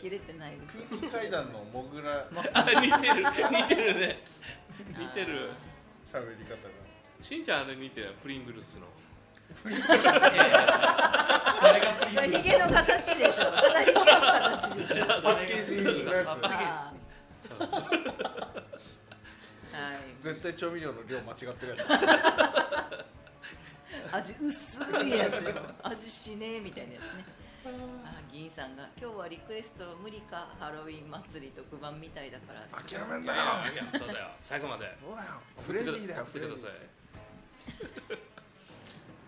切れてないです
空気階段のモグラの
あ 似てる似てるね似てる
喋り方が
しんちゃんあれ似てるプリングル スの
誰がプ
それ
リン
ヒゲの形でしょそれヒゲの形でしょ
パッケージのや
あーはい
つ絶対調味料の量間違ってるや
味薄いやつよ味しねえみたいなやつねあー議員さんが「今日はリクエストは無理かハロウィン祭り特番みたいだから」
つ諦めん
い
な
や
よ
いやいやそうだよ最後まで
そうだよフレディだよ
送ってください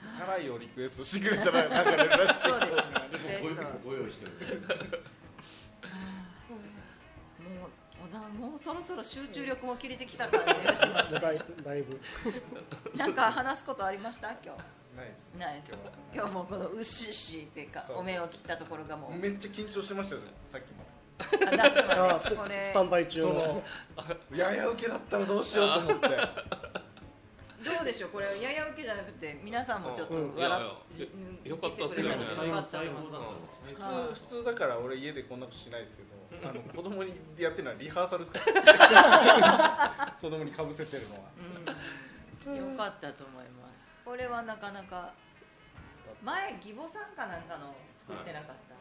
サライをリクエストしてくれたら流れるらしい
そうですねリクエ
ご
ストは
ご用意してる
もうおだもうそろそろ集中力も切れてきた感じがします
だいだいぶ
なんか話すことありました今
ないです
日ないです
今
今
日は
日もこのうっしっしっていうか
そうそうそう
お面を切ったところがもう
めっちゃ緊張してましたよねさっきも
あ出す
あ
ま
ー
でこれ
ススタンバイ中
そ
の
のやや受けだったらどうしようと思って
どうでしょうこれやや受けじゃなくて皆さんもちょっと
うん
いやい
笑っ
やえ
うん
よかったっす
最
よ
後
ね
最後最後だったの
普通
はい
普通だから俺家でこんなことしないですけ どあの子供にやってるのはリハーサルですから 子供にかぶせてるのは
うんよかったと思いますこれはなかなか前義母さんかなんかの作ってなかった、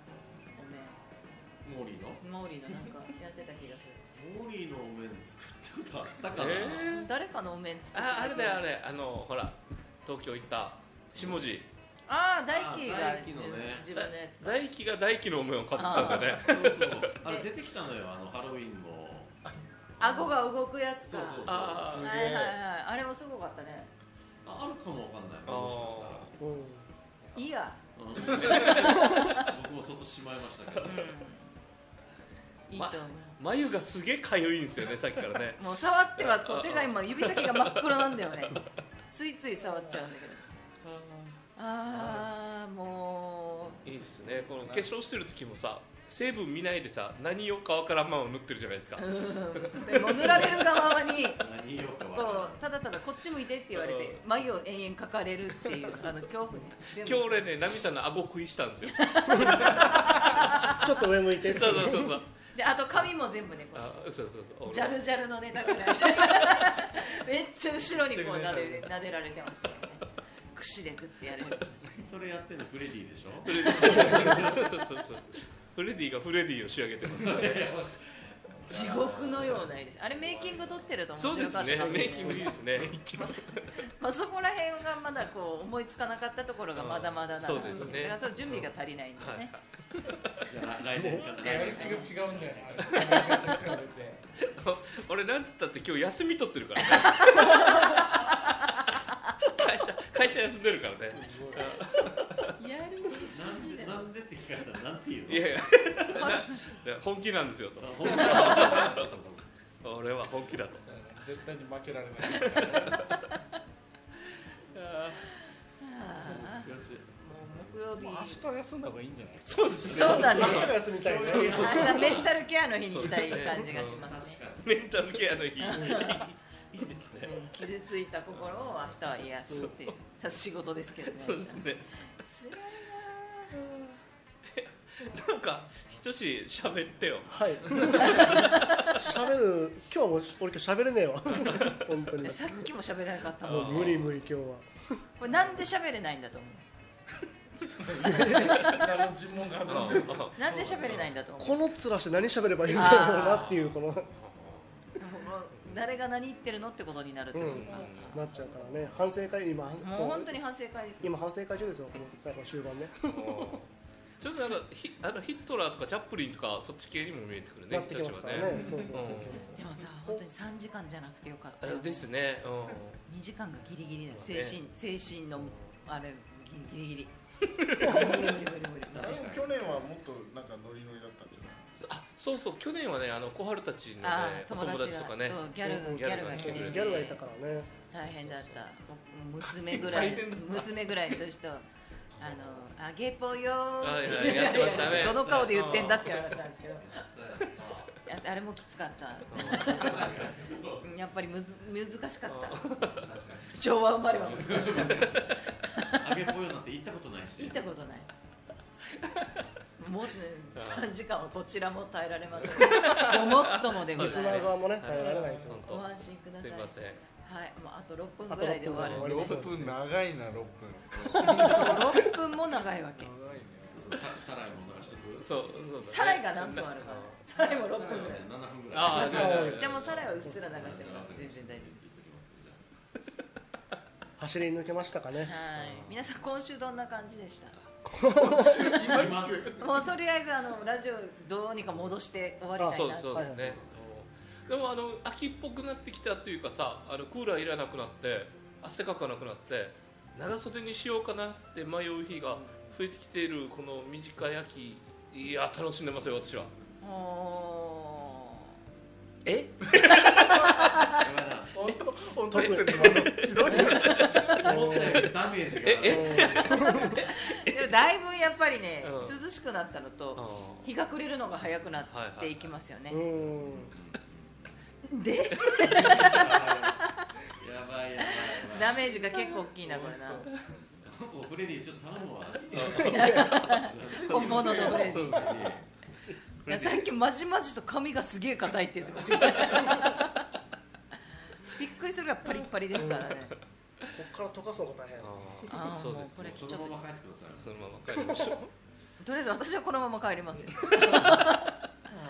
お面
モーリーの
モーリーのなんかやってた気がする
モーリーのお面作ったことあったかな、
えー
誰かのお面作って
ああれだよあ
れ
れあのほら東京行った下地
ああ大輝が
あー大輝のね
自分のやつか
大輝が大輝の面を買ってきたんだよね
そうそうあれ出てきたのよあのハロウィンの
顎が動くやつ
そ
か
うそうそう
あ
あ
すげ
はいはいはい
え
あれもすごかったね
あるかもわかんないもしかしたら
うん
いいや、
うん僕も外しまいましたけど
うん、いいと思う、
眉がすげえかゆいんですよねさっき からね
もう触ってはこう手が今指先が真っ黒なんだよねついつい触っちゃうんだけどああも
いいっすねこの化粧してる時もさ成分見ないでさ何を顔からまを塗ってるじゃないですか
う、うん、でも塗られる側に
何よかわから
こうただただこっち向いてって言われて眉を延々描かれるっていうあの恐怖ね全部
今日俺ねナミさんの顎食いしたんですよ
ちょっと上向いて
そうそうそうそう
であと髪も全部ねこ
あそうそうそう
う
俺
ジャルジャルのねだから めっちゃ後ろにこうなで撫でられてましたよね櫛でグッてやれる
ないそれやってんのフレディでしょ
フレディそうそうそうそうフレディがフレディを仕上げてますからね
地獄のような絵ですあれメイキング撮ってると
そ
面
うで
白
す
かった
ねメイキングいいですね
まあ、そこら辺がまだこう思いつかなかったところがまだまだなの
うんそうですね
だからその準備が足りないんだよね、
じゃあ来来年かな来年かな
気が違うんだよね あれ
俺なんつったって今日休み取ってるからね会社会社休んでるからね
すごい
やる
なんでなんでって聞かれたらなんて言うの
いやいやな本気なんですよ
あ本当だそうかそうか
と俺は本気だと
絶対に負けられない
あ
よ
あ
し
もう木曜
明
日
日休んだ方がいいんじゃない
そうですね
そうだね
明日が休みたいね
そう
あれだメンタルケアの日にしたい感じがします
確
ね
かに
メンタルケアの日いいですね
うん傷ついた心を明日は癒すっていうただ仕事ですけどね
そうですね
辛いな
なんかひとし喋ってよ
はい喋る今日も俺今日喋れねえわ本当に
あさっきも喋れなかったもん
もう無理無理今日は
これなんで喋れないんだと思う
あの尋問が始まってる
なんで喋れないんだと思う
この面して何喋ればいいんだろうなっていうこの
もう誰が何言ってるのってことになるってことか、
なっちゃうからね反省会今
もう本当に反省会ですよ
今反省会中ですよこの最後の終盤ね
ちょっとなんかヒあのヒットラーとかチャップリンとかそっち系にも見えてくるね
なってきますからねそうそうそう
でもさ本当に3時間じゃなくてよかった
人たちはね
よ
あですねうん
2時間がギリギリだよ
そ
精
うね
神、精神のあれギリギリギリ 無理無理無理無理
去年はもっとなんかノリノリだったんじゃない
そあそうそう去年はねあの小春たちのね
ああ
お
友
友
達が
達とかね
そうギャルが
うん
ギャルが来て
ギ
て
ャルがいたからね
大変だったお娘ぐらい
大変だった
娘ぐらいとしてはあのあゲポよー
はいはいやってましたね
どの顔で言ってんだっていう話なんですけど
う
ああれもきつかった
ん確か
うんやっぱりむず難しかった
に
昭和生まれは難しかった
揚げぽよなんて行ったことないし
行ったことないもうね3時間はこちらも耐えられませんごもっともでご
リ
ざ
ス
い
ナ
ま
ー
す
側もね耐えられないという
本
ご
当
安心くださ
す
い
いません
はいもうあと6分ぐらいで終わる
あと
六分長いな六分
6分も長いわけ
長いね
そうさサライも流しとく
そうそうだね
サライが何分あるかなサライも6分ぐらい
7分ぐらい
ああじゃあ
じゃあもうサライはうっすら流してもらって全然大丈夫
走り抜けましたかね
はい皆さん今週どんな感じでした
今聞 く
もうとりあえずあのラジオどうにか戻して終わりた
そ
いうな
そうですね、でもあの秋っぽくなってきたっていうかさあのクーラーいらなくなって汗かかなくなって長袖にしようかなって迷う日が増えてきているこの短い秋いや楽しんでますよ私は
お
え
本当本
大切な ひどい
思ったよりダメージが
ーでもだいぶやっぱり ね
う
涼しくなったのと
は
日が暮れるのが早くなっていきますよね、
うん
で
やばいやばいやばい
ダメージが結構大きいなこれな
もうフレディちょっと頼むわ
本物のフレディ
そうそう
いやさっきまじまじと髪がすげえ硬いって言ってましたけど びっくりするぐらいパリッパリですからね
こっから溶かすのが大変
あ
あ
ー
そう
もう
で
これ
す
そのまま帰ってください
そのまま帰りましょう
とりあえず私はこのまま帰り ますよ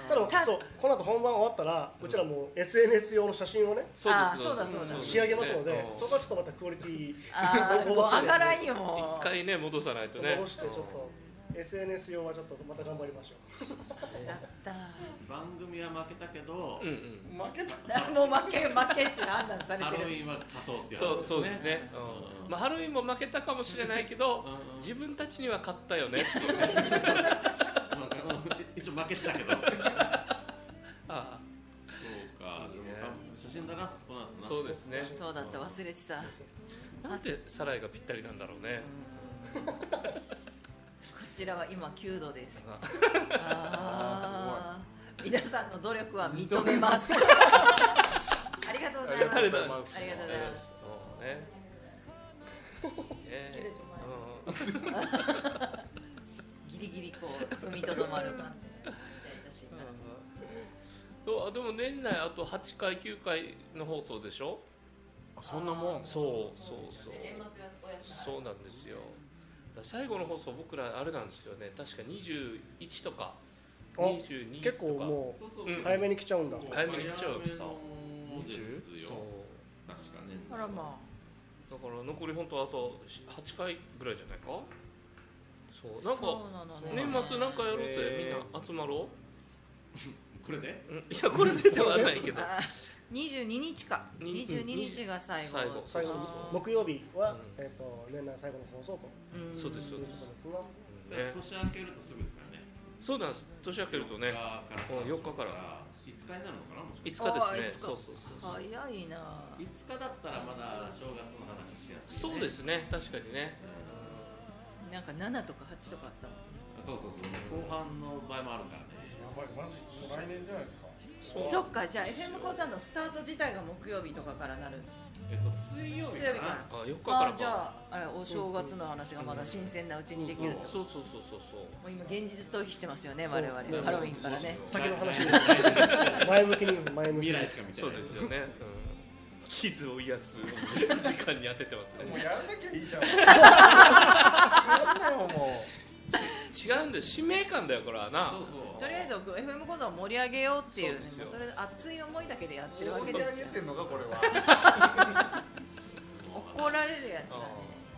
ただ
た
そうこの後本番終わったらうちらもう SNS 用の写真をね
そう
あ
です
ーそうだそうだ
です
仕上げますので
ね
そこはちょっとまたクオリティ
あーもう上がらんよ
うん
も
一
う
回ね戻さないとね
戻してちょっと SNS 用はちょっとまた頑張りましょう
やった
番組は負けたけど
うんうん
負けた
ーもう負け負けって判断され
ハ
て
ロウ
る
ィンは勝とうっていう
そ
話
うそうですね、
うん
うんまあ、ハロウィンも負けたかもしれないけど
うんうん
自分たちには勝っ たよねっていう
まあうん一応負けてたけどそう
あ
かでも写真だなこの後
ー
な
そうですね
そうだった忘れてた
なんでサライがぴったりなんだろうね
こちらは今9度です
あ
あー皆さんの努力は認めますありがとうございます
あ
ありがと
りがとうござい
ます
うございます
そうね
切れ
ね
てもらえる
うん
ギリギリこう踏みとどまる感じ私から
そうあでも年内あと8回9回の放送でしょ
そんなもん
そうそうそう
年末がお休み
そうなんですよだから最後の放送僕らあれなんですよね確か21とか
あ
22と
結
か
構も
そうそう
うん早めに来ちゃうんだ
早めに来ちゃうよ
そうですよ
そう
確かね
あらま
だから残り本当あと8回ぐらいじゃないかそう
あ
なん
そ
か
うなのね
年末なんかやろうぜ
へ
みん
ー
な集まろ
これで
う、うん、いやこれ出てはないけ ど
あ22日か
に
22日が最後
最後
最後
あー
木曜日は、
うん
えー、と年内最後の放送
ん
そうですそ
というう
で
こ
す
とですが
ね
年明けるとすぐですからね
そうなんです年明けるとね
4
うん四日から
5日になるのかなもしか
5日
し
で
あーい
すね
つか
そうそうそう
早いな
て5日だったらまだ正月の話しやすい、
そ
ね、
うですね確かにね
なんか7とか8とかあったもん
うんそうそうそう後半の場合もあるからね
やばいマジもう来年じゃないですか
そう
そっかじゃあ FM 講座のスタート自体が木曜日とかからなる
えっと水曜日
水曜日
か
から
な
あ4日か
あ
ら
ーじゃ
か
ああれお正月の話がまだ新鮮なうちにできると
そうそうそうそうそう
もう今現実逃避してますよね我々ハ
そ
ロウ
う
ィンからね
先の話
来来来
前向きに前向き
未
に
来しか見て
そ
な
う
い
ですよね、うん、傷を癒す時間に当ててます
もう
ね
やんなきゃ いいじゃんやんなよも
違うんだよ使命感だよこれはな
そうそう
とりあえず FM 講座を盛り上げようっていう,、ね、
そうです
も
よ
うそれ熱い思いだけでやってるわ
う
け
盛
で
り
す
上
よ
げてんのかこれは
怒られるやつだね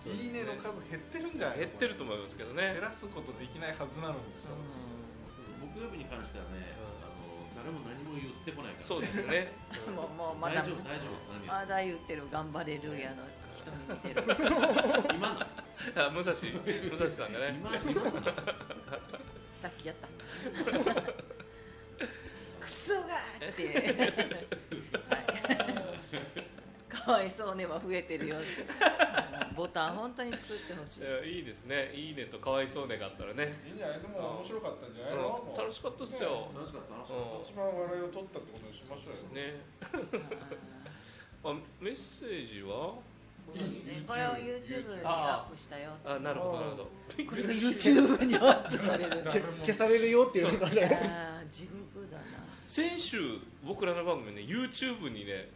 そうです
いいねの数減ってるんじゃないの
減ってると思いますけどね
減らすことできないはずなのに
木曜日に関してはね、
うん
あの誰も何も言ってこないから、
そうです ね、うん
もうもうま
大
だ
丈夫大丈夫です何や
まだ言ってる頑張れるやの人に似てる
って今の
あ武蔵武蔵さんがね
今今の
さっき やったクソがーって、はい、かわいそうねは増えてるよってボタン本当に作ってほしい。
いやいいですねいいねとかわいそうねがあったらね、
いいんじゃないでも面白かったんじ
う
ゃないの、も
ん、
う
楽しかったですよ、
楽しかった楽し
う
かっ
ん
一番笑いを取ったってことにしましょうよ
ね、あメッセージは
ねこれを YouTube にアップしたよ。
あなるほどなるほど
これが YouTube にアップさ れる。
け消されるよっていう感じで
ああ地獄だな。
先週僕らの番組ね YouTube にね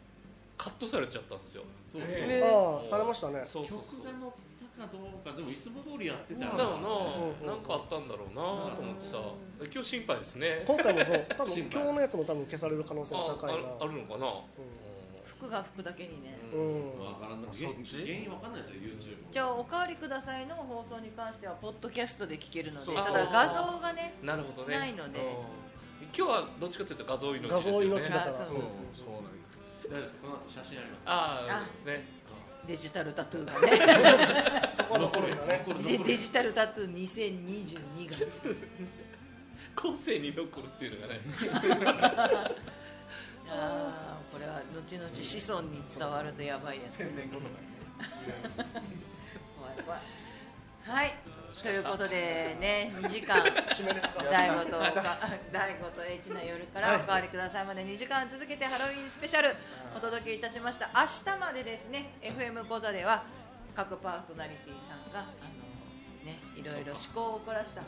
カットされちゃったんですよ
たそうそう、
え
ああされましたね
そうそうそう
曲が載ったかどうかでもいつも通りやってた
な
よ
ん
な
だろう
うん
ななんかあったんだろうなと思ってさ今日心配ですね
今回もそう多分
心
今
配
日のやつも多分消される可能性が
あ
高いな
ああるのかな
服が服だけにね。
う
うん
んうん
わからんなんか原原因わかんないですよ YouTube も
じゃあおかわりくださいの放送に関してはポッドキャストで聞けるので、
そう
ただ画像がね、
なるほどね
ないので
うん今日はどっちかというと画像命です
画像
よ
命
ね
だから
あそう
そう
そう
そうなんだ
大丈夫ですこの後写真あります
ああね
デジタルタトゥーがね、
そこは残るんだね
残る
で
残
デ
る
ジタルタトゥー2022が
後世に残るっていうのがね
あーこれは後々子孫に伝わるとやばいやつ
千年後とか
怖い怖いはいということでね2時 間大悟と か大悟と H の夜からおかわりくださいまで2時間続けてハロウィンスペシャルお届けいたしました明日までですね FM 講座では各パーソナリティさんがあのねいろいろ思考を凝らした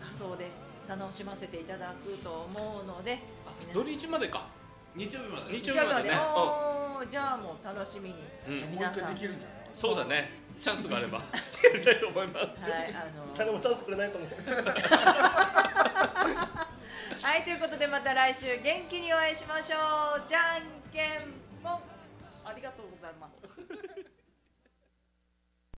仮装で楽しませていただくと思うので
あ
皆さ
土
ん
日までか
日曜日まで
日
じ
曜
ゃあ
日ま
ね
でね
おーじゃあもう楽しみに、
うん
ねもう
皆
一
さん、は
回
い
できるんじゃない
そうだねチャンスがあればやりたいと思います
あ
誰
の
もチャンスくれないと思う
はいということでまた来週元気にお会いしましょうじゃんけんぽんありがとうございます